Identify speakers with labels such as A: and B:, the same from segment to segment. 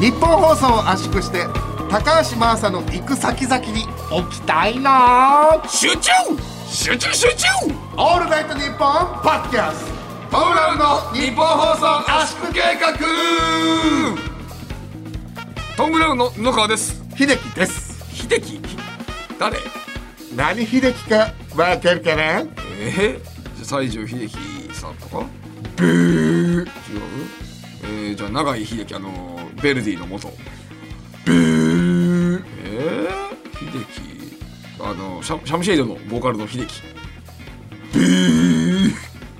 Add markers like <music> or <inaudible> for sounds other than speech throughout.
A: 日本放送を圧縮して高橋真麻の行く先々に置きたいな
B: 集中集中集中
A: オールナイトニッポンパッキャストムラムの日本放送圧縮計画
B: トングラウンの布川です
A: 秀樹です
B: 秀樹誰
A: 何秀樹かわかるかな
B: えー、じゃあ西城秀樹さんとか
A: ブー
B: 違うえー、じゃあ永井秀樹あのーベルディの元
A: ブー
B: えー、秀樹あのシャシャムシェイドのボーカルの秀樹
A: ブー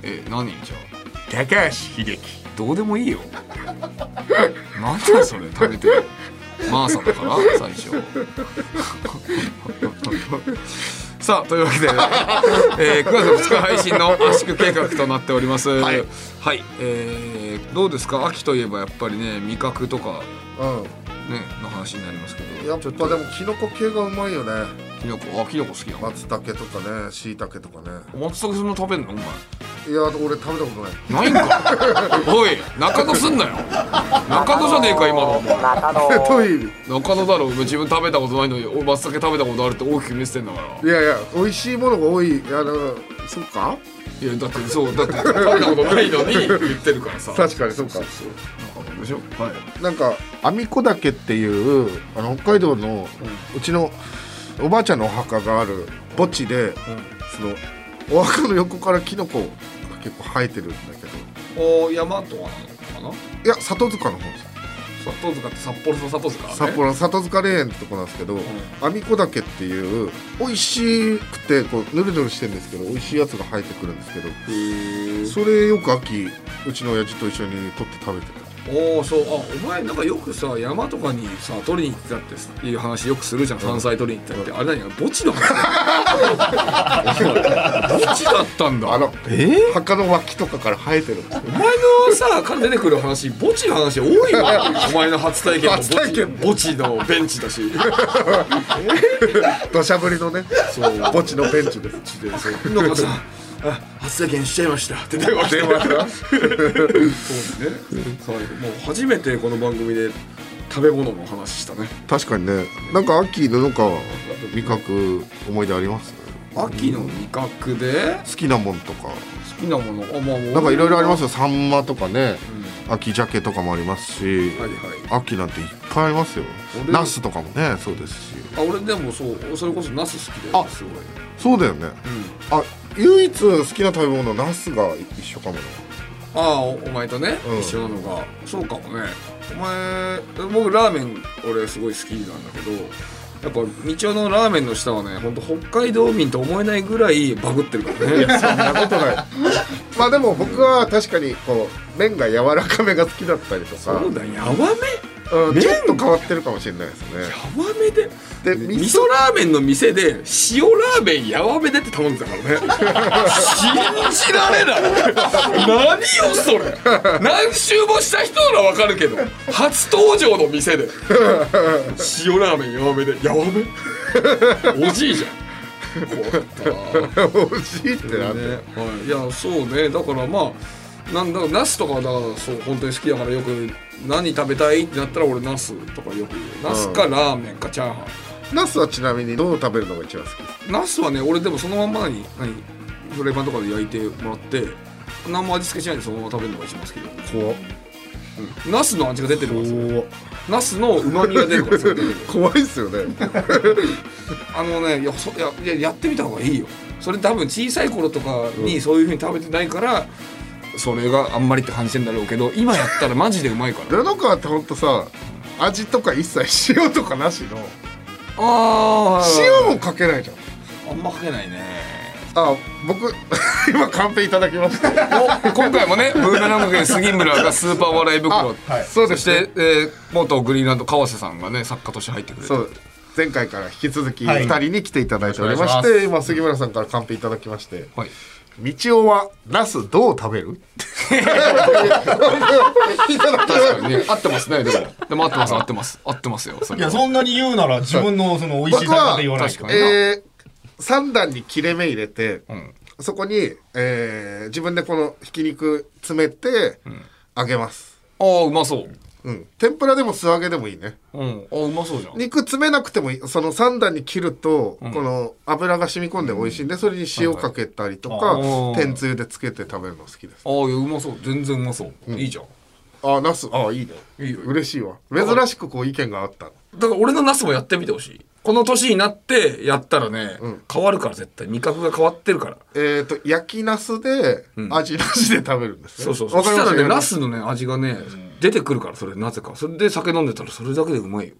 B: えー、何じゃあ
A: 高橋秀樹
B: どうでもいいよなんだそれ食べてるマーサだから最初さあというわけで、えー、9月2日配信の圧縮計画となっておりますはい、えー、どうですか秋といえばやっぱりね味覚とか
A: う
B: ねの話になりますけ
A: ん
B: ど
A: やっぱでもキノコ系がうまいよね
B: キノコあキノコ好きやん
A: 松茸とかね椎茸とかね
B: 松茸そんな食べんのお前
A: いや俺食べたことな
B: ない
A: い
B: んかおい中野すんなよ中野じゃねえか今のお前
A: <laughs> どういう意味
B: 中野だろ自分食べたことないのにお松茸食べたことあるって大きく見せてんだから
A: いやいや美味しいものが多いあのそっか
B: いやだってそうだって食べたことないのに言ってるからさ
A: 確かにそうか
B: にでしょはい
A: なんか阿弥子岳っていうあの北海道のうちのおばあちゃんのお墓がある墓地で、そのお墓の横からキノコが結構生えてるんだけど
B: お山とかなのかない
A: や里塚の方です
B: 砂糖塚って札幌の砂糖塚ね
A: 札幌の里塚霊園ってとこなんですけど、阿弥子岳っていう美味しくてこうぬるぬるしてるんですけど美味しいやつが生えてくるんですけど
B: へー
A: それよく秋うちの親父と一緒に取って食べてた
B: おおそうあお前なんかよくさ山とかにさ取りに行ってたってさいう話よくするじゃん山菜取りに行ってたって、あれ何墓地の話墓地だったんだ
A: あの
B: えー
A: 墓の脇とかから生えてるんですよ
B: お前のさから出てくる話墓地の話多い <laughs> わお前の初体験も
A: 初体験
B: 墓地墓地のベンチだし
A: 土砂降りのね
B: そう
A: 墓地のベンチです
B: でそうなんかさあ初体験しちゃいましたって電話して
A: 電話が
B: そうねそうもう初めてこの番組で食べ物の話したね
A: 確かにねなんか秋のなんか味覚思い出あります
B: 秋の味覚で
A: 好きなもんとか
B: 好きなものあまあ
A: なんかいろいろありますすよサンマとかね、
B: う
A: 秋鮭とかもありますし、
B: はいはい
A: 秋なんていっぱいありますよ
B: 俺
A: ナスとかもねそうですし
B: あ俺でもそうそれこそナス好きだよ
A: あ
B: すごい
A: そうだよね、あ唯一好きな食べ物ナスが一緒かもね
B: ああおお前とね、
A: うん
B: 一緒なのがそうかもねお前僕ラーメン俺すごい好きなんだけどやっぱ道夫のラーメンの下はね本当北海道民と思えないぐらいバグってるからね
A: そんなことない <laughs> まあでも僕は確かにこう麺が柔らかめが好きだったりとか
B: そうだヤバめ
A: うんちょっと変わってるかもしれないですね
B: <laughs> ヤバめで
A: で
B: 味噌ラーメンの店で塩ラーメンヤバめでって頼んでたからね信じられない何よそれ何周もした人なら分かるけど初登場の店で塩ラーメンヤバめでヤバめおじいじゃん怖かったな
A: 美味しいってなんで、
B: ねはい、いやそうねだからまあなんだからナスとかはだからそう本当に好きだからよく何食べたいってなったら俺ナスとかよく言うナスかラーメンかチャーハン、
A: ナスはちなみにどう食べるのが一番好きですか
B: ナスはね俺でもそのまんまに何フライパンとかで焼いてもらって何も味付けしないでそのまま食べるのが一番好きで
A: 怖っ
B: ナスの味が出てるからそれナスのうまみが出るから
A: <laughs>
B: それ
A: 怖いっすよね
B: あのねいやそいやいややってみた方がいいよそれ多分小さい頃とかにそういうふうに食べてないから、それがあんまりって感じてんだろうけど今やったらマジでうまい
A: <laughs>
B: から
A: 布川ってほんとさ味とか一切塩とかなしの
B: ああ
A: 塩もかけないじゃん
B: あんまかけないね
A: あ僕 <laughs> 今カンペいただきました
B: お今回
A: <laughs>
B: もねブーメラン学園杉村がスーパー笑い袋
A: そ
B: そ
A: うで
B: し
A: すね
B: て、えー、元グリーンランド川瀬さんがね作家として入ってくれて
A: そう前回から引き続き2人に来ていただいておりまして、今杉村さんからカンペいただきまして
B: はい
A: 「道夫はナスどう食べる? 」いただいた
B: 確かにね合ってますねでもでも合ってます合ってます合ってますよそ
C: い
B: れ
C: や、そんなに言うなら自分のその美味しい
A: 僕
C: 食べ方
A: は
C: 言わない
B: 確かに
A: えー、3段に切れ目入れて、
B: ん
A: そこに、えー自分でこのひき肉詰めて、揚げます
B: ああうまそう
A: うん、天ぷらでも素揚げでもいいね
B: うんあうまそうじゃん
A: 肉詰めなくてもいいその3段に切ると、
B: ん
A: この油が染み込んで美味しいんでそれに塩かけたりとか、
B: はいはいあー
A: 天つゆでつけて食べるの好きです
B: ああいやうまそう全然うまそう、いいじゃん
A: ああナスああいいね
B: いいよ
A: 嬉しいわ珍しくこう意見があった
B: だから俺のナスもやってみてほしいこの年になってやったらね、変わるから絶対味覚が変わってるから
A: えっ、と焼きナスで味なしで食べるんです、ね
B: そうそうそう
A: わかりま
B: したたらね
A: よ
B: ナスのね味がね、出てくるからそれなぜかそれで酒飲んでたらそれだけでうまいよ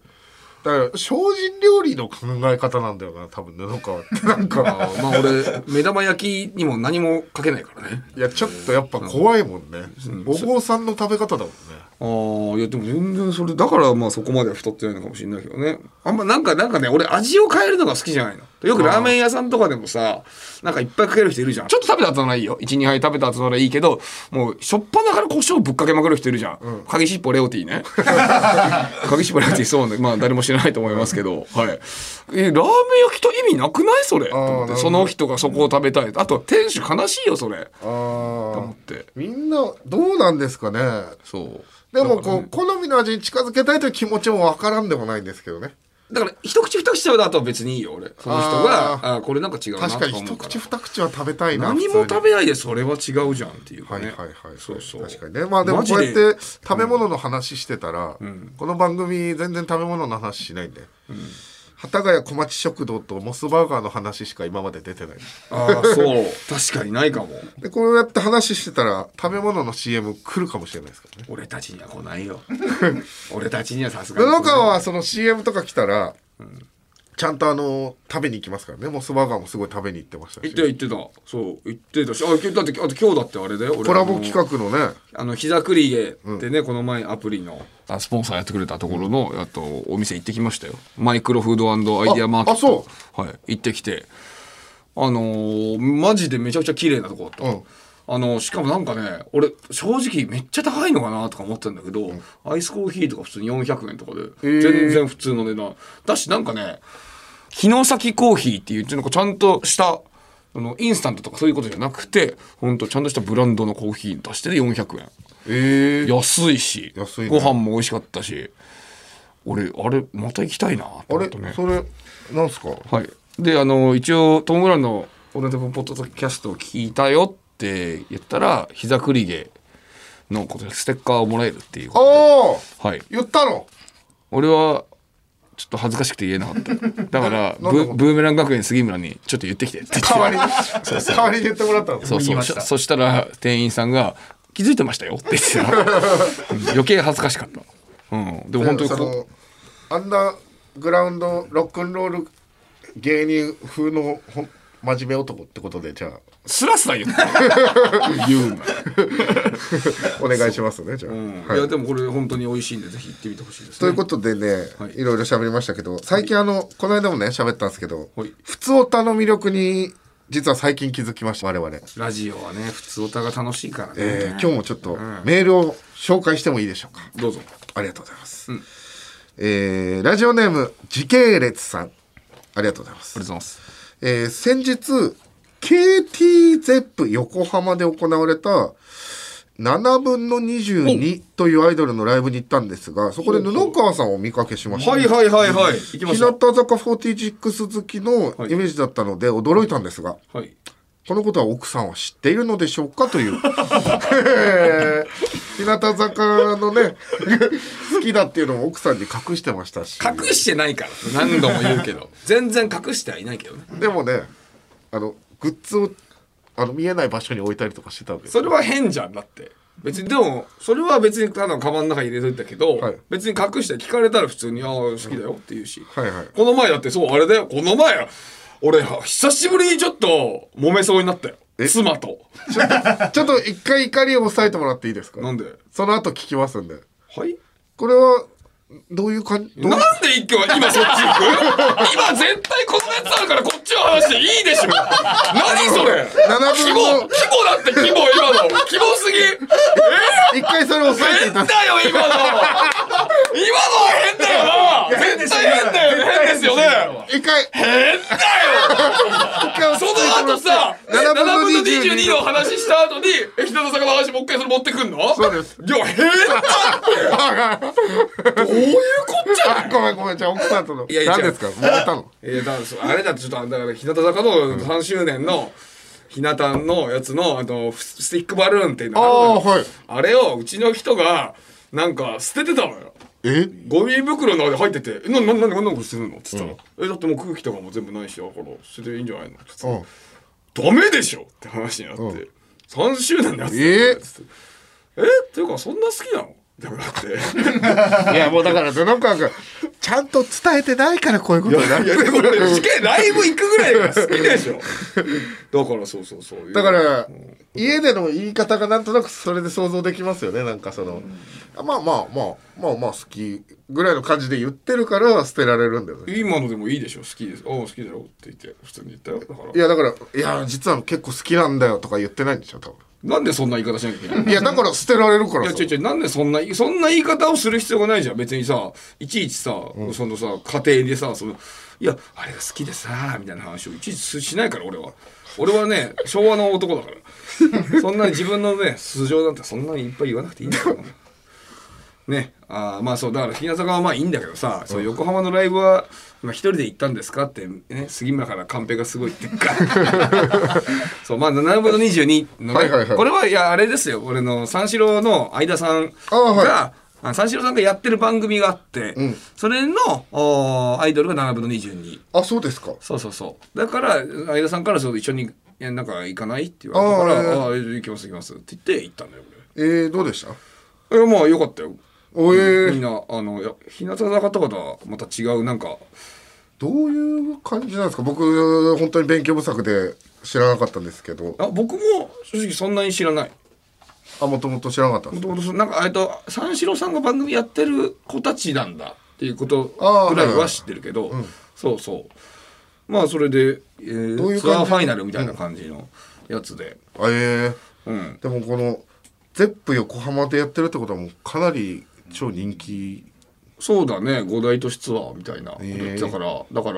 A: だから精進料理の考え方なんだよな多分布川ってなんか
B: あまあ俺目玉焼きにも何もかけないからね
A: いやちょっとやっぱ怖いもんね、お坊さんの食べ方だもんね
B: ああいやでも全然それだからまあそこまでは太ってないのかもしれないけどねあんまなんかなんかね俺味を変えるのが好きじゃないのよくラーメン屋さんとかでもさなんかいっぱいかける人いるじゃんちょっと食べた後ならいいよ12杯食べた後ならいいけどもうしょっぱなから胡椒ぶっかけまくる人いるじゃん、鍵しっぽレオティ <laughs> ね鍵しっぽレオティそうねまあ誰も知らないと思いますけどはいえラーメン焼きと意味なくないそれと思っ
A: なるほ
B: て
A: ど
B: その人がそこを食べたいあと店主悲しいよそれ
A: あ
B: と
A: ー
B: 思って
A: みんなどうなんですかね
B: そう
A: でもこう、好みの味に近づけたいという気持ちもわからんでもないんですけどね
B: だから一口二口食べた後は別にいいよ俺その人が
A: あ
B: あーこれなんか違うな
A: 確
B: と
A: か
B: か
A: に
B: 思
A: 一
B: うから
A: 口二口は食べたいな
B: 何も食
A: べ
B: べないでそれは違うじゃんっていうか
A: はい
B: ね
A: はいはい、
B: そうそう
A: 確かにねまあでも
B: マジ
A: こうや
B: で
A: って食べ物の話してたら、この番組全然食べ物の話しないんで、幡ヶ谷小町食堂とモスバーガーの話しか今まで出てない
B: ああそう確かにないかも
A: でこうやって話してたら食べ物の CM 来るかもしれないですからね
B: 俺たちには来ない
A: <laughs>
B: よ俺たちにはさすがに来ない
A: 布川はその CM とか来たら、ちゃんとあの食べに行きますからねモスバーガーもすごい食べに行ってました
B: 行っ
A: して
B: た行ってたそう行ってたしあだってだってあと今日だってあれだよ俺
A: コラボ企画のね
B: あの膝栗リでね、この前アプリのあスポンサーやってくれたところの、あとお店行ってきましたよマイクロフードアイディアマーケット
A: あそ
B: はい、行ってきてあのーマジでめちゃくちゃ綺麗なとこだった、
A: うん
B: あのーしかもなんかね俺正直めっちゃ高いのかなとか思ってたんだけど、アイスコーヒーとか普通に400円とかで、
A: ー
B: 全然普通の値段だしなんかね城崎コーヒーっていうなんかちゃんとしたあのインスタントとかそういうことじゃなくてほんとちゃんとしたブランドのコーヒー出してで400円
A: ええ
B: 安いし
A: 安いね
B: ご飯も美味しかったし俺あれまた行きたいなと
A: あ
B: 思
A: れ
B: ったね
A: それなんすか
B: はいであの一応トム・ブラウンの「オルネポポッドキャストを聞いたよ」って言ったら「膝くり毛」のことでステッカーをもらえるっていうことで
A: ああ
B: はい
A: 言ったの
B: 俺はちょっと恥ずかしくて言えなか
A: <laughs>
B: っただから
A: なんだ
B: ブブーメラン学園杉村にちょっと言
A: <laughs>
B: ってきてって言って
A: 代わりに代わりに言ってもらったの
B: そう
A: 言い
B: そう
A: ま
B: そ
A: した
B: そしたら店員さんが「気づいてましたよ」って言ってた
A: <laughs>
B: うん余計恥ずかしかった、うん、でも本当に
A: そ
B: こ
A: のあんなグラウンドロックンロール芸人風のほん真面目男ってことでじゃあ
B: スラスラ言って言うな、
A: お願いしますねじゃあ、
B: うん
A: はい
B: い、やでもこれ本当に美味しいんでぜひ行ってみてほしいです、
A: と
B: ね、
A: いうことでね、
B: はい
A: い、ろいろ喋りましたけど最近あのこの間もね喋ったんですけど、
B: はい
A: ふつおたの魅力に実は最近気づきました我々、
B: ラジオはね普通歌が楽しいからね、
A: えー今日もちょっと
B: ん
A: メールを紹介してもいいでしょうか
B: どうぞ
A: ありがとうございます、えーラジオネーム時系列さんありがとうございます
B: ありがとうございます
A: えー先日 KTZEP 横浜で行われた7分の22というアイドルのライブに行ったんですがそこで布川さんをお見かけしました、
B: はいはいはいはい行きま
A: 日
B: し
A: 向
B: ょ
A: 坂46好きの
B: はい
A: イメージだったので驚いたんですが、
B: うはい
A: このことは奥さんは知っているのでしょうか
B: <laughs>
A: というえー日向坂のね好きだっていうのも奥さんに隠してましたし
B: 隠してないから何度も言うけど全然隠してはいないけどね
A: でもねあのグッズをあの見えない場所に置いたりとかしてたわけです
B: それは変じゃんだって別にでもそれは別にただのカバンの中に入れといたけど、
A: はい
B: 別に隠して聞かれたら普通に「ああ好きだよ」って言うし、
A: はいはい
B: この前だってそうあれだよこの前俺久しぶりにちょっと揉めそうになったよ
A: え
B: 妻と
A: ちょっと一回怒りを抑えてもらっていいですか
B: なんで
A: その後聞きますんで
B: はい
A: これはどういう感じどう
B: なんで一挙は今そっち行く今絶対このやつあるからこっちを話していいで
A: <laughs>
B: しょ何それ
A: 7
B: 規
A: 分
B: 模
A: の
B: 規模だって規模今の規模すぎ
A: 一回それを抑えてい
B: 変だ
A: た
B: よ今の今のは変だよな絶対変だよね変ですよね
A: 一回
B: 変だよ
A: 一回落
B: そ
A: ち着いても
B: の
A: ら
B: 後
A: って
B: さ
A: 7分の
B: 22の話した後に、え、日向坂の話もう一回それ持ってくんの
A: そうです。
B: いや、変
A: <laughs>
B: だって。どういうこっちゃ
A: あごめんごめんじゃあ奥さんとの
B: いやいや
A: 何ですかもらったの
B: えー、だからそあれだってちょっとあだから日向坂の3周年の日向のやつのあのふスティックバルーンっていうの
A: ああ
B: あるのよ
A: はい
B: あれをうちの人がなんか捨ててたのよ
A: え
B: ゴミ袋の中で入ってて「えななななんでこれ捨てるの?」っつったら、え「だってもう空気とかも全部ないしだから捨てていいんじゃないの?」っつって、
A: うん
B: ダメでしょ!」って話になって、
A: うん
B: 3周年のやつ
A: え
B: っつってえっていうかそんな好きなの?」だからって <laughs>
A: いやもうだから布川君ちゃんと伝えてないからこういうことになる
B: いやでも俺しっかりライブ行くぐらいだから好きでしょだからそうそうそう
A: だから家での言い方がなんとなくそれで想像できますよねなんかその、あまあまあまあまあまあ好きぐらいの感じで言ってるから捨てられるんだよね
B: 今のでもいいでしょ好きですああ好きだよって言って普通に言ったよだから
A: いやだからいや実は結構好きなんだよとか言ってないんでしょ多分
B: なんでそんな言い方しなきゃいけないの
A: いやだから捨てられるか
B: い
A: ら
B: や
A: さ
B: ちょいちょいなんでそんなそんな言い方をする必要がないじゃん別にさいちいちさ、そのさ家庭でさそのいやあれが好きでさみたいな話をいちいちしないから俺は俺は
A: <laughs>
B: ね昭和の男だからそんなに自分のね素性なんてそんなにいっぱい言わなくていいんだからねあーまあそうだから日向坂はまあいいんだけどさ、そう横浜のライブはまあ一人で行ったんですかって、ね、杉村からカンペがすごいって言うから
A: <laughs>
B: そうまあ7分の22の、ね
A: はいはいはい
B: これはいやあれですよ俺の三四郎の相田さん
A: あはい
B: があ三四郎さんがやってる番組があって、それのおーアイドルが7分の22
A: あそうですか
B: そうそうそうだから相田さんからそう一緒にいやなんか行かないって言われたから「あ
A: あ
B: あー行きます行きます」って言って行ったんだよ
A: えー、どうでした
B: 俺いやまあよかったよ
A: おえー
B: みんなあのいや日向坂とかとはまた違うなんか
A: どういう感じなんですか僕本当に勉強不足で知らなかったんですけど
B: あ僕も正直そんなに知らない
A: あもともと知らなかったんで
B: も
A: す
B: と
A: か
B: もとそなんかえっと三四郎さんが番組やってる子たちなんだっていうこと
A: あー
B: ぐらい
A: はいは
B: はい知ってるけど、そうそうまあそれで、えー
A: どういう感じ
B: ツアーファイナルみたいな感じのやつで、
A: あええ
B: うん
A: でもこのゼップ横浜でやってるってことはもうかなり超人気
B: そうだね五大都市ツアーみたいなこと言ってた
A: えー
B: からだから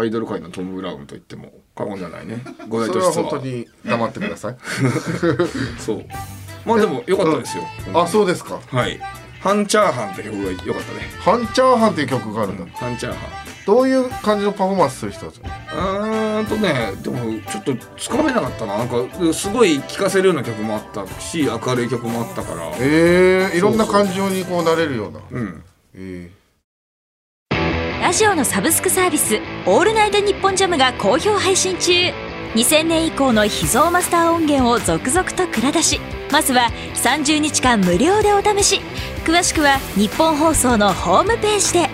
B: アイドル界のトム・ブラウンと言っても過言じゃない
A: <laughs>
B: ね五大
A: そ
B: 都市
A: れは
B: ツア
A: 本当
B: ー
A: に黙ってください
B: そうまあでも良かったですよ、
A: あそうですか
B: はい「半チャーハン」って曲が良かったね
A: 「ハンチャーハン」っていう曲があるんだ、
B: 「半チャーハン」
A: どういう感じのパフォーマンスする人たちなの
B: うーんとねでもちょっとつかめなかったななんかすごい聴かせるような曲もあったし明るい曲もあったから
A: ええいろんな感情にこうなれるような
B: うん
A: え
D: ラジオのサブスクサービス「オールナイトニッポンジャム」が好評配信中2000年以降の秘蔵マスター音源を続々と蔵出しまずは30日間無料でお試し詳しくは日本放送のホームページで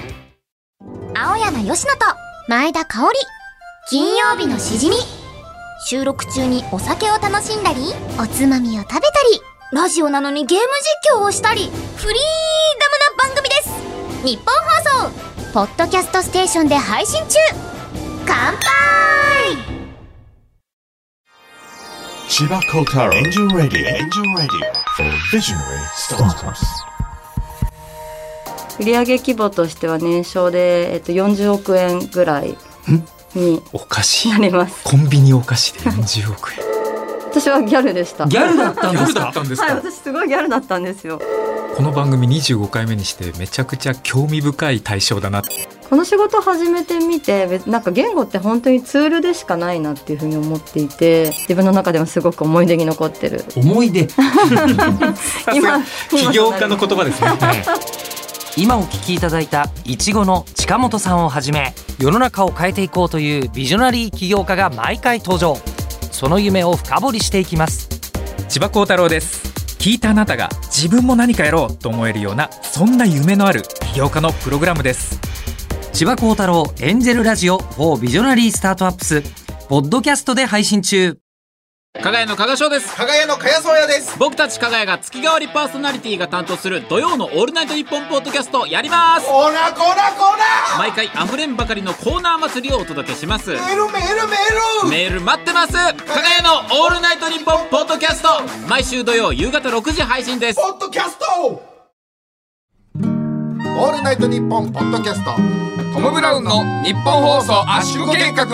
E: 青山よしのと前田香織金曜日のしじみ収録中にお酒を楽しんだりおつまみを食べたりラジオなのにゲーム実況をしたりフリーダムな番組です日本放送ポッドキャストステーションで配信中乾杯
F: 千葉 Kotaro Engine Radio Engine Radio for Visionary Stars
G: 売上規模としては年商で、えっと、40億円ぐらいに
H: お菓子
G: なります
H: コンビニお菓子で40億円
G: 私はギャルでした
H: ギャルだったんですか
B: んで
G: はい私すごいギャルだったんですよ
H: この番組25回目にしてめちゃくちゃ興味深い対象だな
G: この仕事始めてみて別なんか言語って本当にツールでしかないなっていうふうに思っていて自分の中でもすごく思い出に残ってる
H: 思い <laughs> 出
G: 今
H: 起業家の言葉ですね
I: 今お聞きいただいたいちごの近本さんをはじめ世の中を変えていこうというビジョナリー起業家が毎回登場その夢を深掘りしていきます
H: 千葉幸太郎です聞いたあなたが自分も何かやろうと思えるようなそんな夢のある起業家のプログラムです
I: 千葉幸太郎エンジェルラジオ for ビジョナリースタートアップスポッドキャストで配信中
J: 加賀屋の加賀翔です
C: 加賀屋の加谷宗也です
J: 僕たち加賀屋が月替わりパーソナリティが担当する土曜の「オールナイトニッポン」ポッドキャストをやります
C: コーナーコーナーコーナ
J: 毎回あふれんばかりのコーナー祭りをお届けします
C: ーメールメールメール
J: メール待ってます加賀屋の「オールナイトニッポン」ポッドキャスト毎週土曜夕方6時配信です
C: ポッドキャスト
A: ーオールナイトニッポン」ポッドキャスト
B: トム・ブラウンの日本放送圧縮計画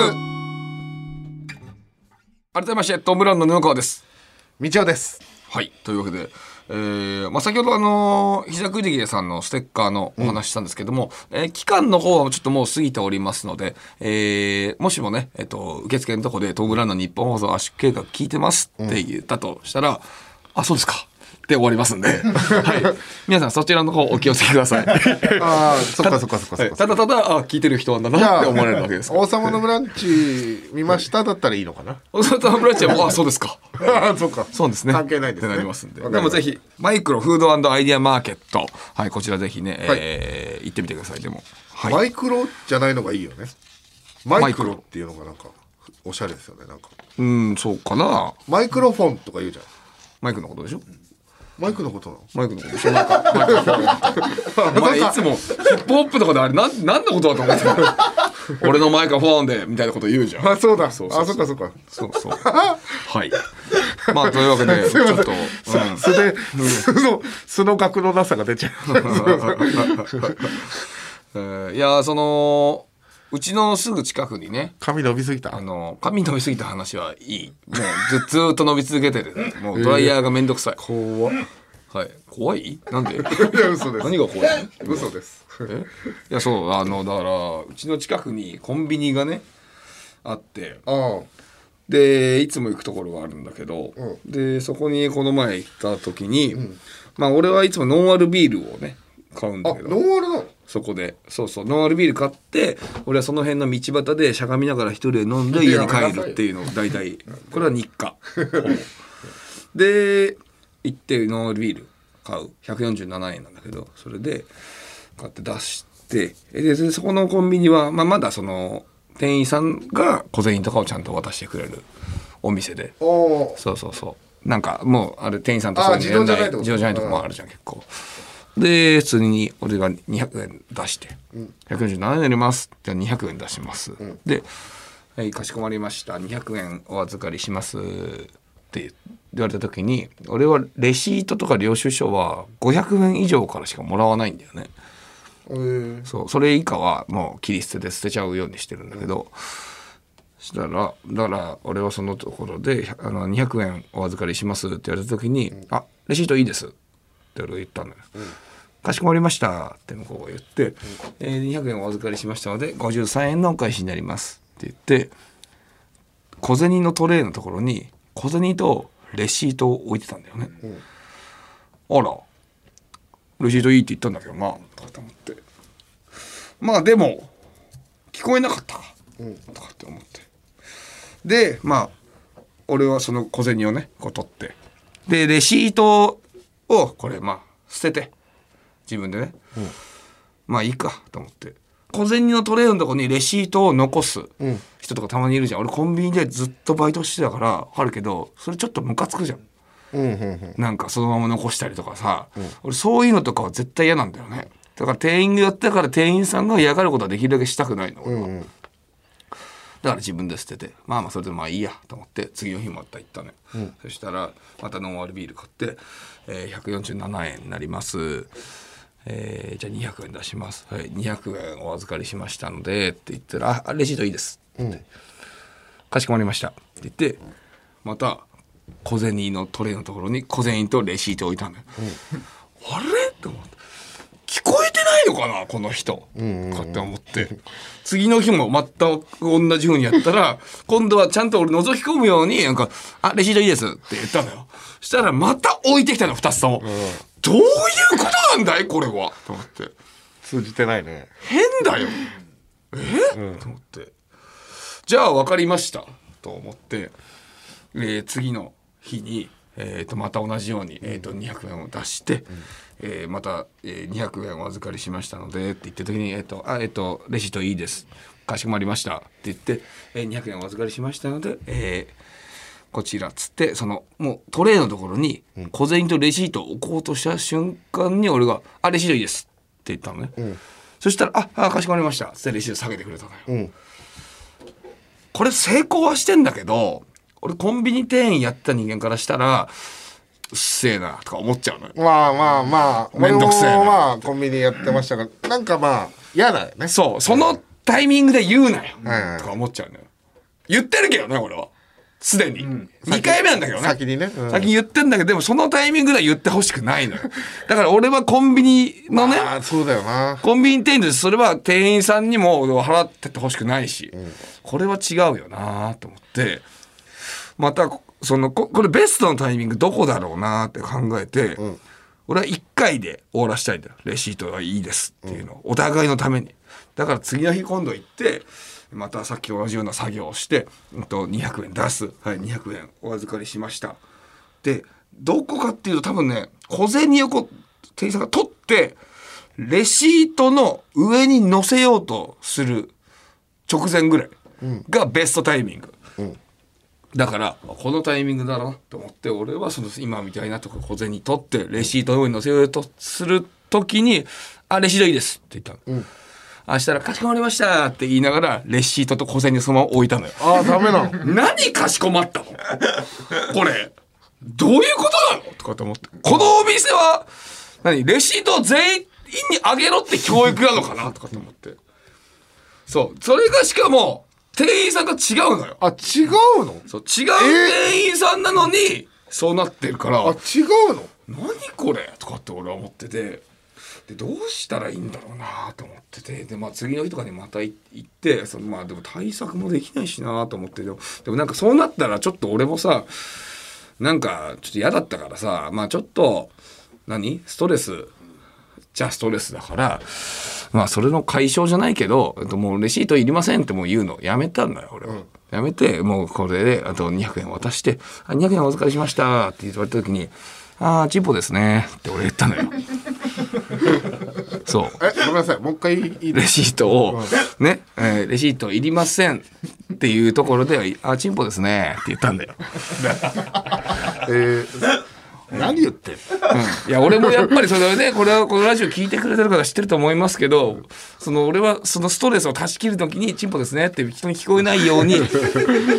B: 改めましてトムブラウンの布川です
A: 道夫です
B: はいというわけで、えーまあ、先ほどあのひざくじげさんのステッカーのお話ししたんですけども、えー期間の方はちょっともう過ぎておりますので、えーもしもね、えっと受付のとこでトムブラウンの日本放送圧縮計画聞いてますって言ったとしたら、あそうですかで終わります <laughs> んで、はい、皆さんそちらの方お気をつけくだ <laughs> さい
A: ああそっかそっかそっか
B: はいただただあ聞いてる人なんだなって思われるわけです
A: 王様のブランチ見ましただったらいいのかな
B: おさたブラッチはもうあそうですか
A: あ <laughs> そうか
B: そうですね
A: 関係ないですね
B: ってなりますんで
A: わ
B: で
A: かり
B: も
A: ました
B: ぜひマイクロフードアイデアマーケットはいこちらぜひね、えー行ってみてくださいでもはい
A: マイクロじゃないのがいいよねマイクロっていうのがなんかおしゃれですよねなんか
B: うんそうかな
A: マイクロフォンとか言うじゃん
B: マイクのことでしょ
A: マイクのことなの
B: マイクのことでしょなんかマイクのことお前いつもヒップホップとかであれなんなんのことだと思ってたの俺のマイクロフォンでみたいなこと言うじゃん
A: あそうだ
B: そうそうそう
A: あそっかそっか
B: そうそうはいまあというわけでち
A: <laughs> すいませ
B: ょ
A: ん
B: っと、うん
A: さ素で <laughs> 素の素の額のなさが出ちゃう
B: <laughs> えーいやーそのうちのすぐ近くにね
A: 髪伸びすぎた
B: あの髪伸びすぎた話はいいもうずず <laughs> ーっと伸び続けてるもうドライヤーがめんどくさい、
A: 怖っ
B: はい怖いなん
A: <laughs>
B: で
A: いや <laughs> 嘘です
B: 何が怖い
A: 嘘です
B: えいやそうあのだからうちの近くにコンビニがねあって
A: あ
B: でいつも行くところがあるんだけど、
A: うん
B: でそこにこの前行った時に、まあ俺はいつもノンアルビールをね買うん
A: ああ
B: だ
A: ノン
B: け
A: ア
B: ど
A: ルなの
B: そこでそうそうノンアルビール買って俺はその辺の道端でしゃがみながら一人で飲んで家に帰るっていうのを大体これは日 <laughs> 課ほぼで行ってノンアルビール買う147円なんだけどそれで買って出してえででそこのコンビニは、まあ、まだその店員さんが小銭とかをちゃんと渡してくれるお店で
A: お
B: そうそうそうなんかもうあれ店員さんと
A: あ
B: そう
A: 自動じゃないってこと
B: 自動じゃないとこもあるじゃん結構で普通に俺が200円出して「147円になります」じゃあ200円出します、で「はいかしこまりました200円お預かりします」って言われた時に俺はレシートとか領収書は500円以上からしかもらわないんだよね
A: えー
B: そうそれ以下はもう切り捨てで捨てちゃうようにしてるんだけど、したらだから俺はそのところでひゃあの200円お預かりしますって言われた時に「あレシートいいです」って俺が言ったんだよ、かしこまりました」って向こうが言って、えー200円お預かりしましたので53円のお返しになります」って言って小銭のトレイのところに小銭とレシートを置いてたんだよね。あらレシートいいって言ったんだけどなとかと思ってまあでも聞こえなかったか、とかって思ってでまあ俺はその小銭をねこう取ってでレシートをこれまあ捨てて自分でね、まあいいかと思って小銭のトレーのとこにレシートを残す人とかたまにいるじゃん俺コンビニでずっとバイトしてたからわかるけどそれちょっとムカつくじゃん
A: うんうんうん
B: なんかそのまま残したりとかさ、俺そういうのとかは絶対嫌なんだよねだから店員がやったから店員さんが嫌がることはできるだけしたくないの俺は、だから自分で捨ててまあまあそれでまあいいやと思って次の日もまた行ったね、そしたらまたノンアルビール買って、えー147円になりますえーじゃあ200円出します、はい、200円お預かりしましたのでって言ったら「あレシートいいです」かしこまりました」って言ってまた小銭のトレイのところに小銭とレシートを置いたんだよ、あれって思って聞こえてないのかなこの人、とかって思って次の日も全く同じふうにやったら <laughs> 今度はちゃんと俺覗き込むようになんか「あレシートいいです」って言ったのよそしたらまた置いてきたの2つとも、どういうことなんだいこれはと思って。
A: 通じてないね
B: 変だよえ、と思ってじゃあ分かりましたと思って、えー次の日に、えー、とまた同じように、えー、と200円を出して、えーまた、えー200円お預かりしましたのでって言った時に「えーとあえー、とレシートいいですかしこまりました」って言って、えー200円お預かりしましたので、えーこちらっつってそのもうトレイのところに小銭とレシートを置こうとした瞬間に俺が「あレシートいいです」って言ったのね、そしたら「ああかしこまりました」つってレシート下げてくれたのよ、
A: うん
B: これ成功はしてんだけど俺コンビニ店員やってた人間からしたらうっせえなとか思っちゃうのよ
A: まあまあまあ
B: めんどくせえな
A: 俺もまあコンビニやってましたからなんかまあ嫌だよね
B: そうそのタイミングで言うなよ
A: はいはい
B: とか思っちゃうのよ言ってるけどね俺はすでに、2回目なんだけどね
A: 先にね、うん
B: 先に言ってんだけどでもそのタイミングでは言ってほしくないのよだから俺はコンビニのね
A: あーそうだよな
B: コンビニ店員としてそれは店員さんにも払ってってほしくないし、これは違うよなと思ってまたそのここれベストのタイミングどこだろうなって考えて、俺は1回で終わらしたいんだよレシートはいいですっていうのを、お互いのためにだから次の日今度行ってまたさっきと同じような作業をして、うん、と200円出す、はい、200円お預かりしましたでどこかっていうと多分ね小銭をこう店員さんが取ってレシートの上に乗せようとする直前ぐらいがベストタイミング、だからこのタイミングだなと思って俺はその今みたいなとこ小銭取ってレシートの上に乗せようとする時に「あレシートいいです」って言ったの。あしたら「かしこまりました」って言いながらレシートと小銭をそのまま置いたのよ。
A: あーダメなの
B: <laughs> 何かしこまったのこれどういうことなのとかと思ってこのお店は何レシートを全員にあげろって教育なのかなとかと思ってそうそれがしかも店員さんが違うのよ
A: あ違うの
B: そう違う店員さんなのにそうなってるから
A: あ違うの
B: 何これとかって俺は思っててでどうしたらいいんだろうなと思っててで、まあ、次の日とかにまたい行ってそのまあでも対策もできないしなと思ってでもでもなんかそうなったらちょっと俺もさなんかちょっと嫌だったからさまあちょっと何ストレスじゃあストレスだからまあそれの解消じゃないけどえっともうレシートいりませんってもう言うのやめたんだよ俺は。やめてもうこれであと200円渡して「あ200円お預かりしました」って言われた時に「ああチンポですね」って俺言ったの <laughs> よ。そう
A: えごめんなさいもう一回いい
B: レシートを、ね、えーレシートいりませんっていうところで、あ、チンポですねって言ったんだよ。
A: えー何言ってんの
B: いや、俺もやっぱりそれはね、これはこのラジオ聞いてくれてる方知ってると思いますけど、その俺はそのストレスを断ち切るときに、チンポですねって人に聞こえない
A: <laughs>
B: ように、い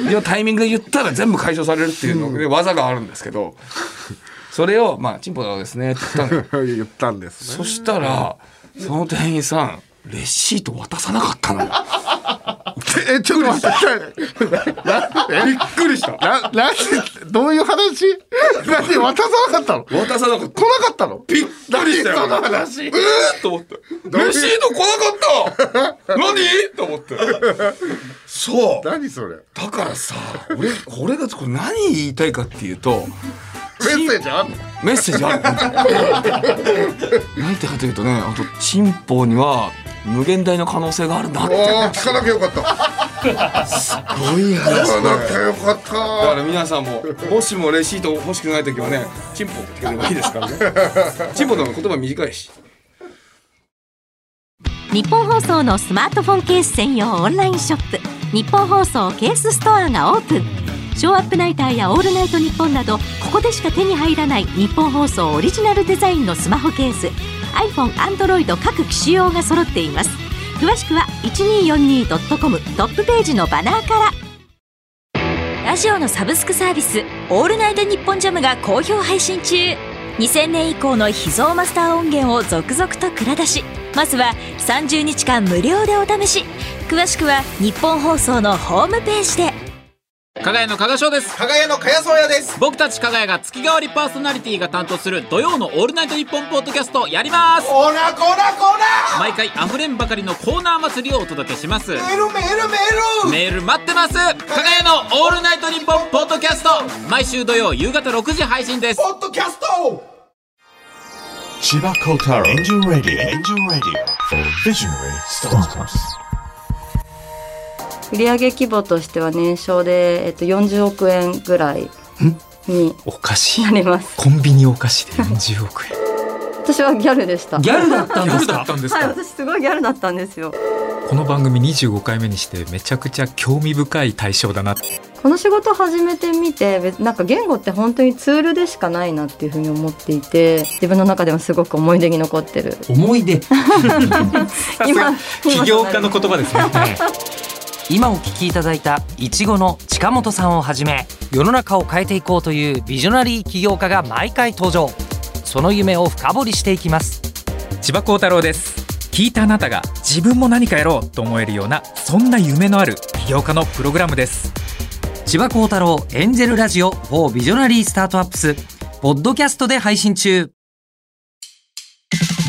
B: やタイミングで言ったら全部解消されるっていうので、技があるんですけど、それを、まあ、チンポですねって言ったんだよ。
A: 言ったんですね
B: そしたら、その店員さん、レシート渡さなかったのよ。
A: <laughs> えちょっと待って
B: <laughs>
A: びっくりしたななんでどういう話なんで渡さなかったの来
B: 渡さなかった。
A: なかったの
B: びっくりしたよ。
A: <laughs> 何その話
B: えーと思って。レシート来なか
A: <laughs>
B: った何と思って。そう。
A: 何それ
B: だからさ、俺、俺がこれ何言いたいかっていうと、
A: メッセージあんの
B: メッセージある。何てかというとね、あと、チンポには無限大の可能性があるなって。
A: ああ聞かなきゃよかったすごい話聞かなきゃよかった
B: だから皆さんも、もしもレシート欲しくないときはね、チンポって言えばいいですからね。チンポの方が言葉短いし。
D: 日本放送のスマートフォンケース専用オンラインショップ日本放送ケースストアがオープンショーアップナイターやオールナイトニッポンなどここでしか手に入らない日本放送オリジナルデザインのスマホケース iPhone、Android 各機種用が揃っています詳しくは 1242.com トップページのバナーからラジオのサブスクサービス「オールナイトニッポンジャムが好評配信中2000年以降の秘蔵マスター音源を続々と蔵出しまずは30日間無料でお試し詳しくは日本放送のホームページで
J: 加賀屋の加賀翔です
C: 加賀屋のかやそうやです
J: 僕たち加賀屋が月替わりパーソナリティが担当する土曜の「オールナイトニッポン」ポッドキャストやります
C: コーナーコーナーコーナ
J: 毎回溢れんばかりのコーナー祭りをお届けします
C: ーメールメールメール
J: メール待ってます加賀屋の「オールナイトニッポン」ポッドキャスト毎週土曜夕方6時配信です
C: ポッドキャスト
F: Chiba Kotaro, Engine Radio, Engine Radio, Visionary Startups.
G: 売上規模としては年商で、えっと、40億円ぐらいに
K: お菓子
G: なります
K: コンビニお菓子で40億円
G: 私はギャルでした
K: ャルだったんですか
G: はい私すごいギャルだったんですよ
K: この番組25回目にしてめちゃくちゃ興味深い対象だな
G: この仕事始めてみて別なんか言語って本当にツールでしかないなっていうふうに思っていて自分の中でもすごく思い出に残ってる
K: 思い出
G: 今
K: 起業家の言葉ですね
I: <laughs> 今お聞きいただいたいちごの近本さんをはじめ世の中を変えていこうというビジョナリー起業家が毎回登場その夢を深掘りしていきます
H: 千葉幸太郎です聞いたあなたが自分も何かやろうと思えるようなそんな夢のある起業家のプログラムです
I: 千葉幸太郎エンジェルラジオ for ビジョナリースタートアップスポッドキャストで配信中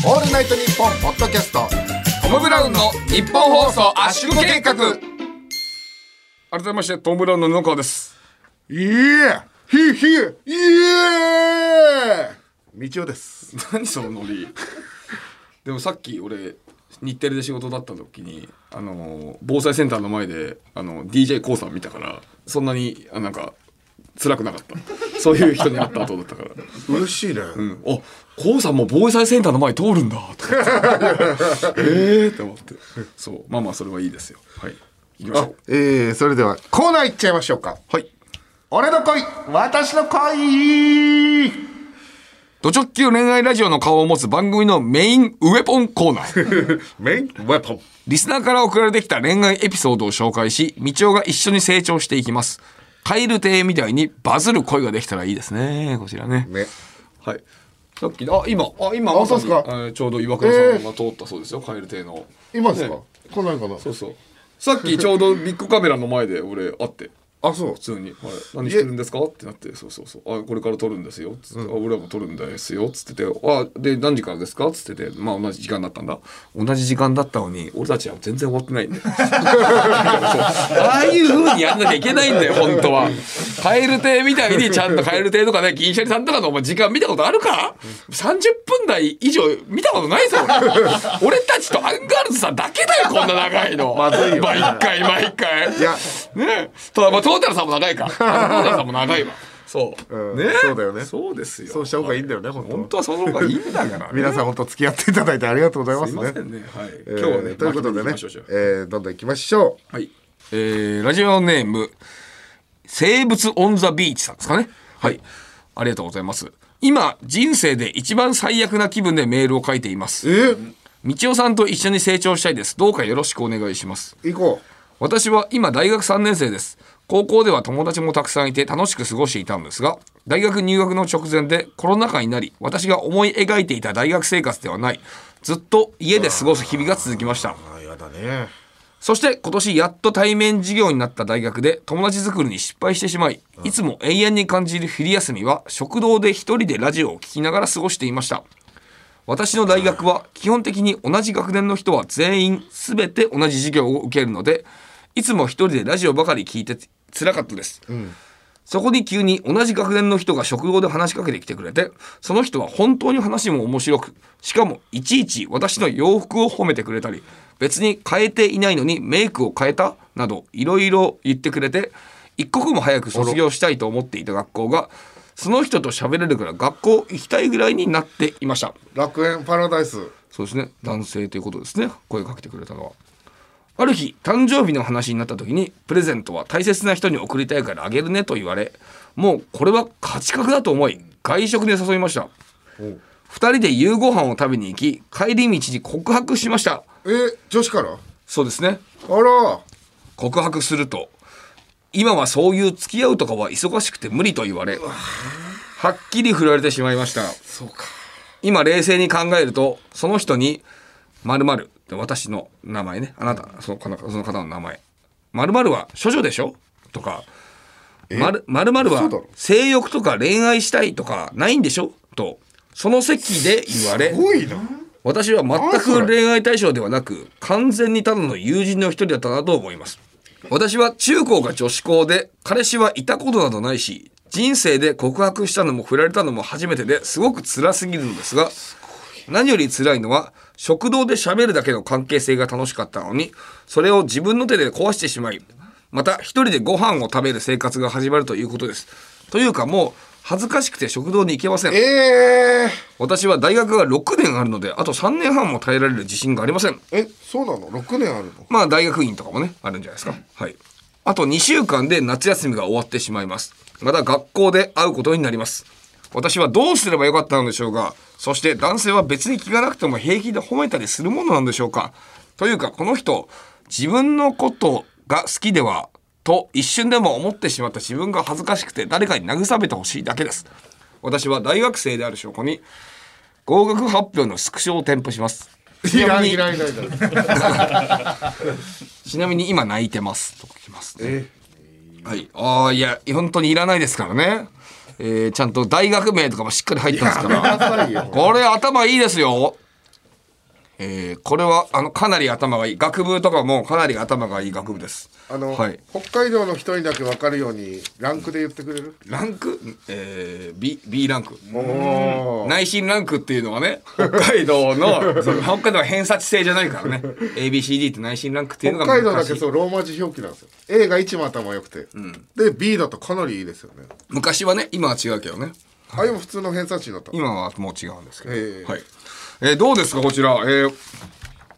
A: オールナイトニッポンポッドキャスト
B: トム・ブラウンの日本放送圧縮計画改めましてトム・ブラウンの布川です
A: いやヒーヒーイエー道夫です
B: <laughs> 何そのノリでもさっき俺日テレで仕事だった時にあの防災センターの前であの d j k o さん見たからそんなにあなんか辛くなかったそういう人に会った後だったから
A: 嬉しいね、
B: うん、あ k o さんも防災センターの前通
A: <laughs>
B: るんだと思ってええって思ってそうまあまあそれはいいですよはい行きましょう
A: えー、それではコーナー行っちゃいましょうかはい俺の恋私の恋
B: ド直球恋愛ラジオの顔を持つ番組のメインウェポンコーナー。
A: <laughs> メインウェポン。
B: リスナーから送られてきた恋愛エピソードを紹介し、みちおが一緒に成長していきます。カエル亭みたいにバズる恋ができたらいいですね。こちらね。
A: ね。
B: はい。さっき、あ、今、あ、今、
A: あそうっすか
B: まさにえーちょうど岩倉さんが通ったそうですよ、カエル亭の。
A: 今ですか、
B: ね
A: 来ないかな
B: そうそうさっきちょうどビッグカメラの前で俺会って。
A: あそう
B: 普通に、はい、何してるんですかってなってそうそうそうあこれから撮るんですよつって、あ俺らも撮るんですよつっててあで何時からですかつっててまあ同じ時間だったんだ同じ時間だったのに俺たちは全然終わってないんだよ <laughs> ああいう風にやんなきゃいけないんだよ本当はカエル亭みたいにちゃんとカエル亭とかね銀シャリさんとかのお前時間見たことあるか30分台以上見たことないぞ俺俺たちとアンガールズさんだけだよこんな長いの
A: まずいよね
B: 毎回毎回
A: いや
B: ねただまあトータルさんも長
A: <laughs>
B: いかトータルさんも長いわそう、
A: うん
B: ね
A: そうだよね
B: そうですよ
A: そうした方がいいんだよね、本当、
B: 本当はその方がいいんだから、ね
A: <laughs> 皆さん本当付き合っていただいてありがとうございますす
B: い
A: ね
B: ませんねはい、今
A: えー
B: 日はね
A: ということでね
B: 巻き込んいきましょうじゃあ
A: えーどんどん行きましょ
B: はい。えー、ラジオネーム、生物オンザビーチさんですかね。はい。ありがとうございます。今、人生で一番最悪な気分でメールを書いています。
A: え
B: 道夫さんと一緒に成長したいです。どうかよろしくお願いします。
A: う行こ
B: 私は今大学3年生です高校では友達もたくさんいて楽しく過ごしていたんですが大学入学の直前でコロナ禍になり私が思い描いていた大学生活ではないずっと家で過ごす日々が続きました
A: うあやだね
B: そして今年やっと対面授業になった大学で友達作りに失敗してしまい、いつも永遠に感じる昼休みは食堂で一人でラジオを聞きながら過ごしていました。私の大学は基本的に同じ学年の人は全員全て同じ授業を受けるので、いつも一人でラジオばかり聞いて辛かったです。そこに急に同じ学年の人が食堂で話しかけてきてくれて、その人は本当に話も面白く、しかもいちいち私の洋服を褒めてくれたり、別に変えていないのにメイクを変えたなどいろいろ言ってくれて、一刻も早く卒業したいと思っていた学校が、その人と喋れるから学校行きたいぐらいになっていました。
A: 楽園パラダイス
B: そうですね男性ということですね声かけてくれたのはある日誕生日の話になった時にプレゼントは大切な人に贈りたいからあげるねと言われもうこれは価値格だと思い外食で誘いました
A: お
B: 2人で夕ご飯を食べに行き帰り道に告白しました
A: え女子から
B: そうですね
A: あら
B: 告白すると今はそういう付き合うとかは忙しくて無理と言われはっきり振られてしまいました
A: そうか
B: 今冷静に考えるとその人に「まるで私の名前ねあなたそのこのその方の名前「まるは処女でしょ?」とか「まる
A: そうだろ
B: は性欲とか恋愛したいとかないんでしょ?」とその席で言われ
A: すごいな
B: 私は全
A: 何そ
B: く
A: れ
B: 恋愛対象ではなく完全にただの友人の一人だったなと思います私は中高が女子校で彼氏はいたことなどないし人生で告白したのも振られたのも初めてですごく辛すぎるのですが何より辛いのは食堂で喋るだけの関係性が楽しかったのにそれを自分の手で壊してしまいまた一人でご飯を食べる生活が始まるということですというかもう恥ずかしくて食堂に行けません
A: えー、
B: 私は大学が6年あるのであと3年半も耐えられる自信がありません
A: えそうなの6年あるの
B: まあ大学院とかもねあるんじゃないですかはいあと2週間で夏休みが終わってしまいますまた学校で会うことになります私はどうすればよかったのでしょうかそして男性は別に聞かなくても平気で褒めたりするものなんでしょうかというかこの人自分のことが好きではと一瞬でも思ってしまった自分が恥ずかしくて誰かに慰めてほしいだけです私は大学生である証拠に合格発表のスクショを添付しますち
A: い
B: な
A: らん
B: み
A: い
B: に
A: らんいらんいらん
B: ちなみに今泣いてますときますね
A: え
B: はい、ああいや本当にいらないですからね、えーちゃんと大学名とかもしっかり入ってますからこれ頭いいですよえーこれはあのかなり頭がいい学部とかもかなり頭がいい学部です
A: <laughs> あの、
B: はい
A: 北海道の人にだけ分かるようにランクで言ってくれる
B: ランク、えー、B, B ランク
A: おー
B: 内心ランクっていうのはね北海道 <laughs> のその北海道は偏差値制じゃないからね ABCD って内心ランクっていうの
A: 北
B: が
A: 海道だけ
B: 昔
A: そうローマ字表記なんですよ A が一番頭良くて、で B だとかなりいいですよね
B: 昔はね今は違うけどね
A: あ今普通の偏差値になった
B: 今はもう違うんですけど、
A: ええ
B: はいえーどうですかこちら、えー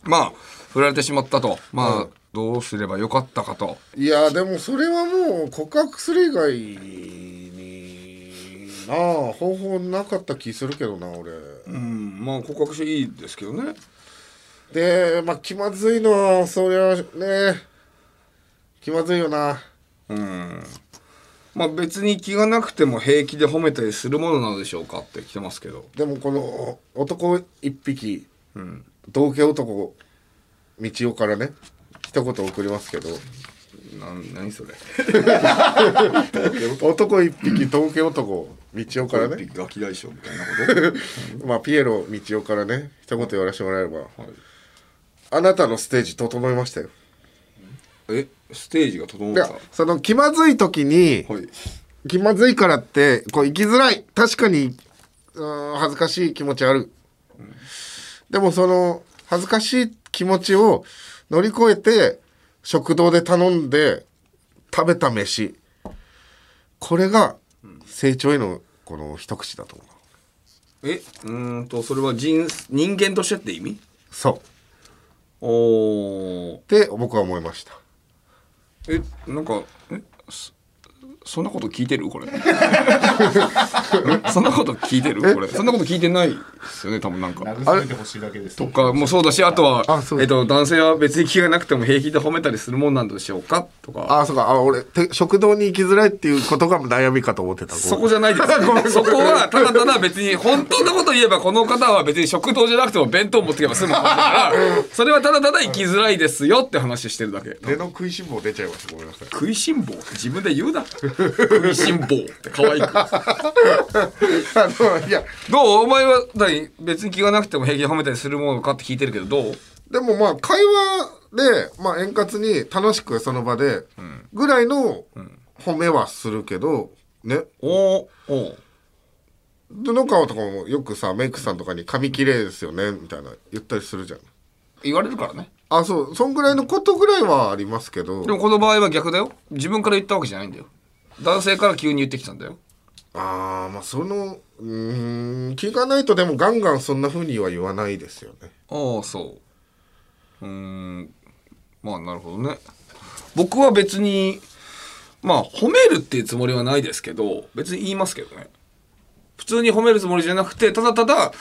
B: まあ振られてしまったとまあ、どうすればよかったかと
A: いやでもそれはもう告白する以外になあ方法なかった気するけどな俺
B: うんまあ告白していいですけどね
A: でまあ気まずいのはそりゃね気まずいよな
B: うんまあ別に気がなくても平気で褒めたりするものなのでしょうかって来てますけど
A: でもこの男一匹、同居男道夫からね一言送りますけど
B: なん何 <laughs> それ
A: 男一匹同居男道夫からね
B: 一匹ガキ大将みたいな
A: まあピエロ道夫からね一言言わせてもらえれば、あなたのステージ整いましたよ
B: えステージが整っ
A: いや
B: た
A: その気まずい時に、気まずいからってこう生きづらい確かにうーん恥ずかしい気持ちある、でもその恥ずかしい気持ちを乗り越えて食堂で頼んで食べた飯これが成長へのこの一口だと思う
B: えうーんとそれは人人間としてって意味
A: そう
B: お
A: って僕は思いました
B: えなんかえそそんなこと聞いてるこれ <laughs> そんなこと聞いてるこれそんなこと聞いてないですよね多分なんか
F: 慰めてほしいだけです
B: とかもそうだしあとはえっと、男性は別に気がなくても平気で褒めたりするもんなんでしょうかとか
A: ああそうかあ俺て食堂に行きづらいっていうことが悩みかと思ってた
B: そこじゃ <laughs> ないで
A: ごめん
B: す。そこは、ただただ別に、本当のこと言えば、この方は別に食堂じゃなくても弁当持ってけば済む話だから、それはただただ生きづらいですよって話してるだけ。
A: 出の食いしん坊出ちゃいました。ごめんなさい。
B: 食いしん坊自分で言うな。食いしん坊って可愛く。
A: いや、
B: どうお前は何別に気がなくても平気で褒めたりするものかって聞いてるけど、どう
A: でもまあ会話で、まあ、円滑に楽しくその場でぐらいの褒めはするけどね
B: おお
A: 布川とかもよくさメイクさんとかに「髪綺麗ですよね」みたいな言ったりするじゃん
B: 言われるからね。
A: あそうそんぐらいのことぐらいはありますけど
B: でもこの場合は逆だよ。自分から言ったわけじゃないんだよ。男性から急に言ってきたんだよ。
A: ああまあそのうーん気がないとでもガンガンそんな風には言わないですよね
B: ああそううーんまあなるほどね僕は別にまあ褒めるっていうつもりはないですけど別に言いますけどね普通に褒めるつもりじゃなくてただただ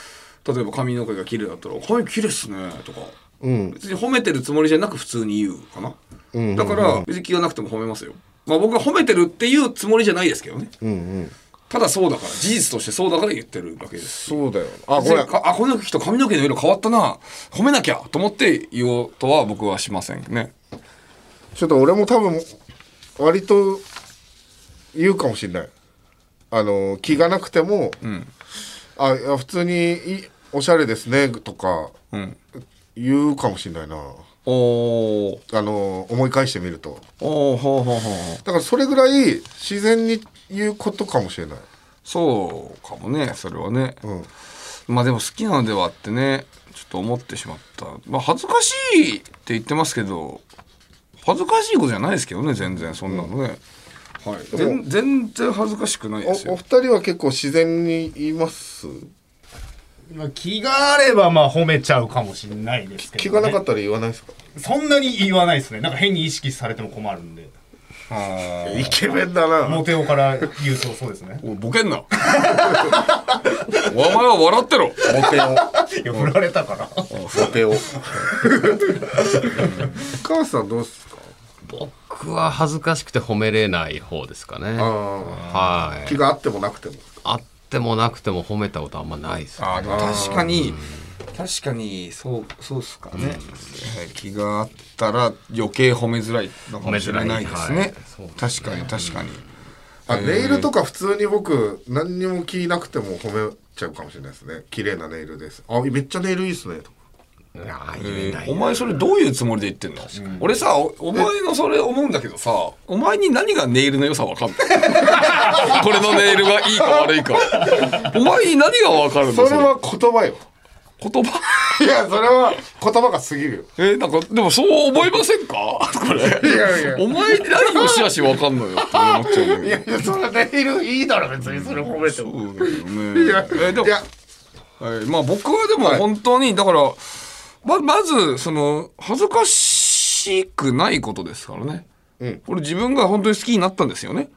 B: 例えば髪の毛が綺麗だったら「髪綺麗っすね」とか
A: うん
B: 別に褒めてるつもりじゃなく普通に言うかな
A: うん
B: だから別に気がなくても褒めますよまあ僕は褒めてるっていうつもりじゃないですけどね
A: うんうん
B: ただそうだから事実としてそうだから言ってるわけです
A: そうだよ
B: あ
A: あ
B: こ
A: こ
B: れ
A: れ
B: あこの人髪の毛の色変わったな褒めなきゃと思って言おうとは僕はしませんね
A: ちょっと俺も多分割と言うかもしれないあの気がなくても、あいや普通にいいおしゃれですねとか
B: うん
A: 言うかもしれないな
B: お
A: あの思い返してみると
B: おほうほうほう
A: だからそれぐらい自然に言うことかもしれない
B: そうかもねそれはね、まあでも好きなのではってねちょっと思ってしまったまあ恥ずかしいって言ってますけど恥ずかしいことじゃないですけどね全然そんなのね、はい全全然恥ずかしくないです
A: おお
B: よ
A: 二人は結構自然に言います
F: まあ気があればまあ褒めちゃうかもしれないですけ
A: 気
F: ど、ね、
A: がなかったら言わないですか
F: そんなに言わないですねなんか変に意識されても困るんで
A: イケメンだな
F: モテオから言うとそうですね
B: ボケんな <laughs> お前は笑ってろモ
F: テオいや振られたから
A: モテオ母さんどうすか
J: 僕は恥ずかしくて褒めれない方ですかねはい
A: 気があってもなくても
J: あってもなくても褒めたことあんまないですね
B: あでも確かに確かにそうそうっすかね、気があったら余計褒めづらいのかもしれないですね、
L: はいそう
B: 確かに確かに、
A: あネイルと
B: か
A: か普通に僕何にも気なくても褒めちゃうかもしれないですね綺麗なネイルですあめっちゃネイルいいっすねとか
B: お前それどういうつもりで言ってんの、俺さおお前のそれ思うんだけどさお前に何がネイルの良さわ <laughs> かんないこれのネイルがいいか悪いかお前に何がわかるの
A: それは言葉よ
B: 言葉
A: <laughs> いやそれは言葉が過ぎるよ
B: えなんかでもそう思いませんかこれお前に何をしやしわかんのよって思っちゃうんだけど
A: いやいやそれネイルいいだろ別にそれ褒めても
B: いや、えでも、はい、まあ僕はでも本当に、だから、ま、まず、その、恥ずかしくないことですからね。これ自分が本当に好きになったんですよね。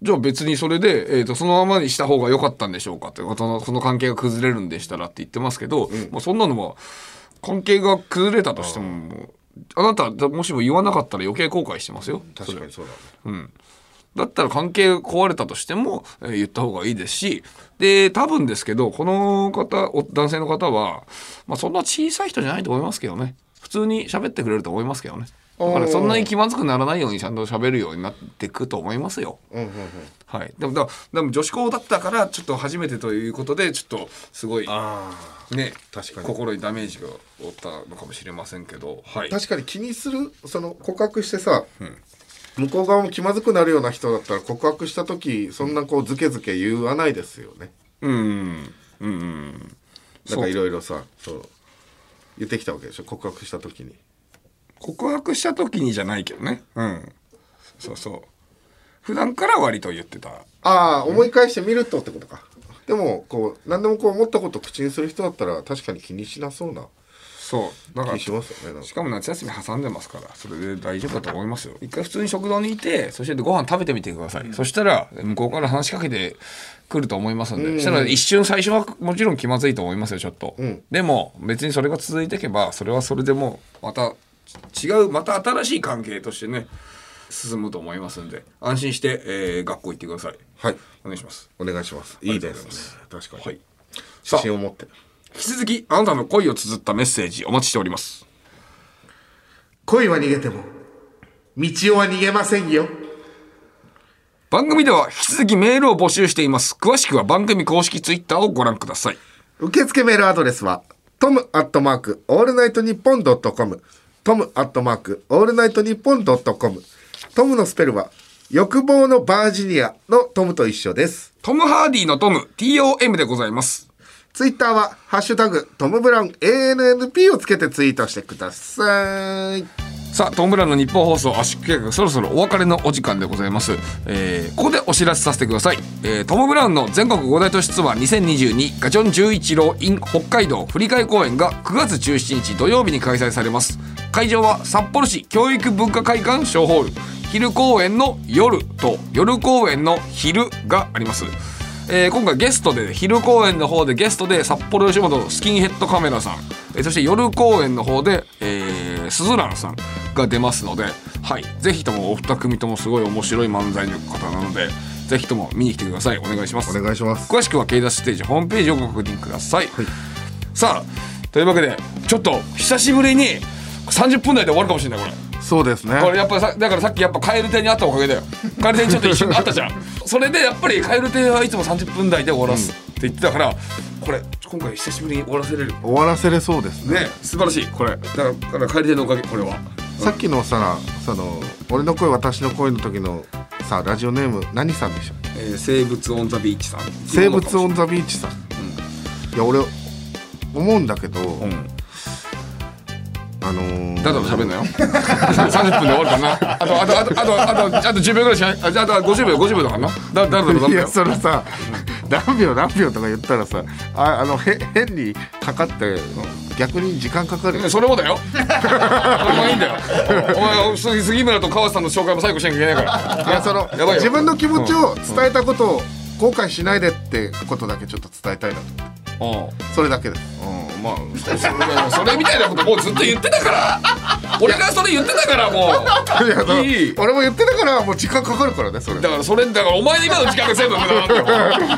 B: じゃあ別にそれで、えー、とそのままにした方が良かったんでしょうかってそのその関係が崩れるんでしたらって言ってますけど、まあ、そんなのは関係が崩れたとしてももうあなたもしも言わなかったら余計後悔してますよ。
A: 確かにそうだね
B: うん、だったら関係が壊れたとしても、えー言った方がいいですしで多分ですけどこの方お男性の方は、まあ、そんな小さい人じゃないと思いますけどね普通に喋ってくれると思いますけどねだからそんなに気まずくならないようにちゃんと喋るようになっていくと思いますよ。
A: うんうんうん
B: はい、でもだでも女子校だったからちょっと初めてということでちょっとすごいね
A: 確かに
B: 心にダメージが負ったのかもしれませんけど、はい、
A: 確かに気にするその告白してさ、向こう側も気まずくなるような人だったら告白した時そんなこうズケズケ言わないですよね
B: うんうんうん
A: なんかいろいろさそう言ってきたわけでしょ告白した時に
B: 告白した時にじゃないけどねうんそうそう普段から割と言ってた
A: ああ思い返してみるとってことかでもこう何でもこう思ったことを口にする人だったら確かに気にしなそうな
B: そうだから
A: 気しますよねなん
B: しかも夏休み挟んでますからそれで大丈夫だと思いますよ一回普通に食堂にいてそしてご飯食べてみてください、そしたら向こうから話しかけてくると思いますんで、
A: うん
B: そしたら一瞬最初はもちろん気まずいと思いますよちょっと、
A: うん
B: でも別にそれが続いていけばそれはそれでもうまた違うまた新しい関係としてね進むと思いますんで安心して、えー学校行ってください
A: はい
B: お願いします
A: お願いしますいいですね確かに、
B: はい、
A: 写真を持って
B: 引き続きあなたの恋を綴ったメッセージお待ちしております
A: 恋は逃げても道は逃げませんよ
B: 番組では引き続きメールを募集しています詳しくは番組公式ツイッターをご覧ください
A: 受付メールアドレスはトムアットマークオールナイトニッポンドットコムトムアットマークオールナイトニッポンドットコムトムのスペルは欲望のバージニアのトムと一緒です
B: トム・ハーディのトム TOM でございます
A: ツイッターは「ハッシュタグトム・ブラウン ANNP」をつけてツイートしてください
B: さあトム・ブラウンの日本放送圧縮計画そろそろお別れのお時間でございます、えーここでお知らせさせてください、えートム・ブラウンの全国5大都市ツアー2022ガチョン11郎 in 北海道振り替え公演が9月17日土曜日に開催されます会場は札幌市教育文化会館小ホール昼公演の夜と夜公演の昼がありますえー今回ゲストで昼公演の方でゲストで札幌吉本のスキンヘッドカメラさん、えーそして夜公演の方で、えー、スズランさんが出ますので、はい、ぜひともお二組ともすごい面白い漫才の方なのでぜひとも見に来てくださいお願いします
A: お願いします
B: 詳しくは K ダッシュステージホームページをご確認ください、さあというわけでちょっと久しぶりに30分台で終わるかもしれないこれ。
A: そうですね
B: これやっぱりさだからさっきやっぱカエル亭に会ったおか
A: <laughs>
B: げだよカエル亭にちょっと一瞬あったじゃんそれでやっぱりカエル亭はいつも30分台で終わらすって言ってたから、これ今回久しぶりに終わらせれる
A: 終わらせれそうですね
B: ね素晴らしいこれだからだからカエル亭のおかげこれは
A: さっきのさその俺の声私の声の時のさラジオネーム何さんでしょ
B: えー生物オンザビーチさん
A: 生物オンザビーチさん、いや俺思うんだけど、あのー、
B: だと喋んなよ <laughs> 30分で終わるかなあとあとあとあとあとあと10秒ぐらいしかないあじゃああと50秒50秒だからなだだだだだだ
A: いやそれさ何秒何秒とか言ったらさああのへ変にかかって逆に時間かかる
B: それもだよ <laughs> それもいいんだよお前杉杉村と川瀬さんの紹介も最後しなきゃいけない
A: <laughs>
B: から
A: いやその
B: やばいよ
A: 自分の気持ちを伝えたことを後悔しないでってことだけちょっと伝えたいな
B: と思って
A: それだけです
B: うんまあそそれそれみたいなこともうずっと言ってたから俺がそれ言ってたからもう
C: いやだから俺も言ってたからもう時間かかるからねそれ
B: だからそれだからお前の今の時間が全部無駄なん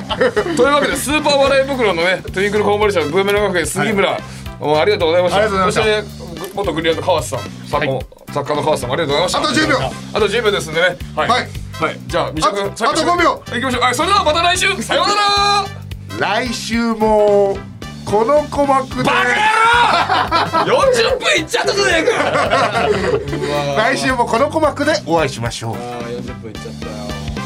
B: だよというわけでスーパー笑い袋のねトゥインクルコーンボリシャンブーメラン学園杉村、もうありがとうございました
C: ありがとうござい
B: ましたそして元グリアの川瀬さん作家,、作家の川瀬さんもありがとうございましたあと10秒あと10秒ですんでねはい、はいじゃあ三島君あ
C: あと5秒
B: いきましょうあそれではまた来週さようなら
C: 来週もこの鼓膜で
B: 40分いっちゃったじゃねえか
C: 来週もこの鼓膜でお会いしましょう
B: 40分いっちゃったよ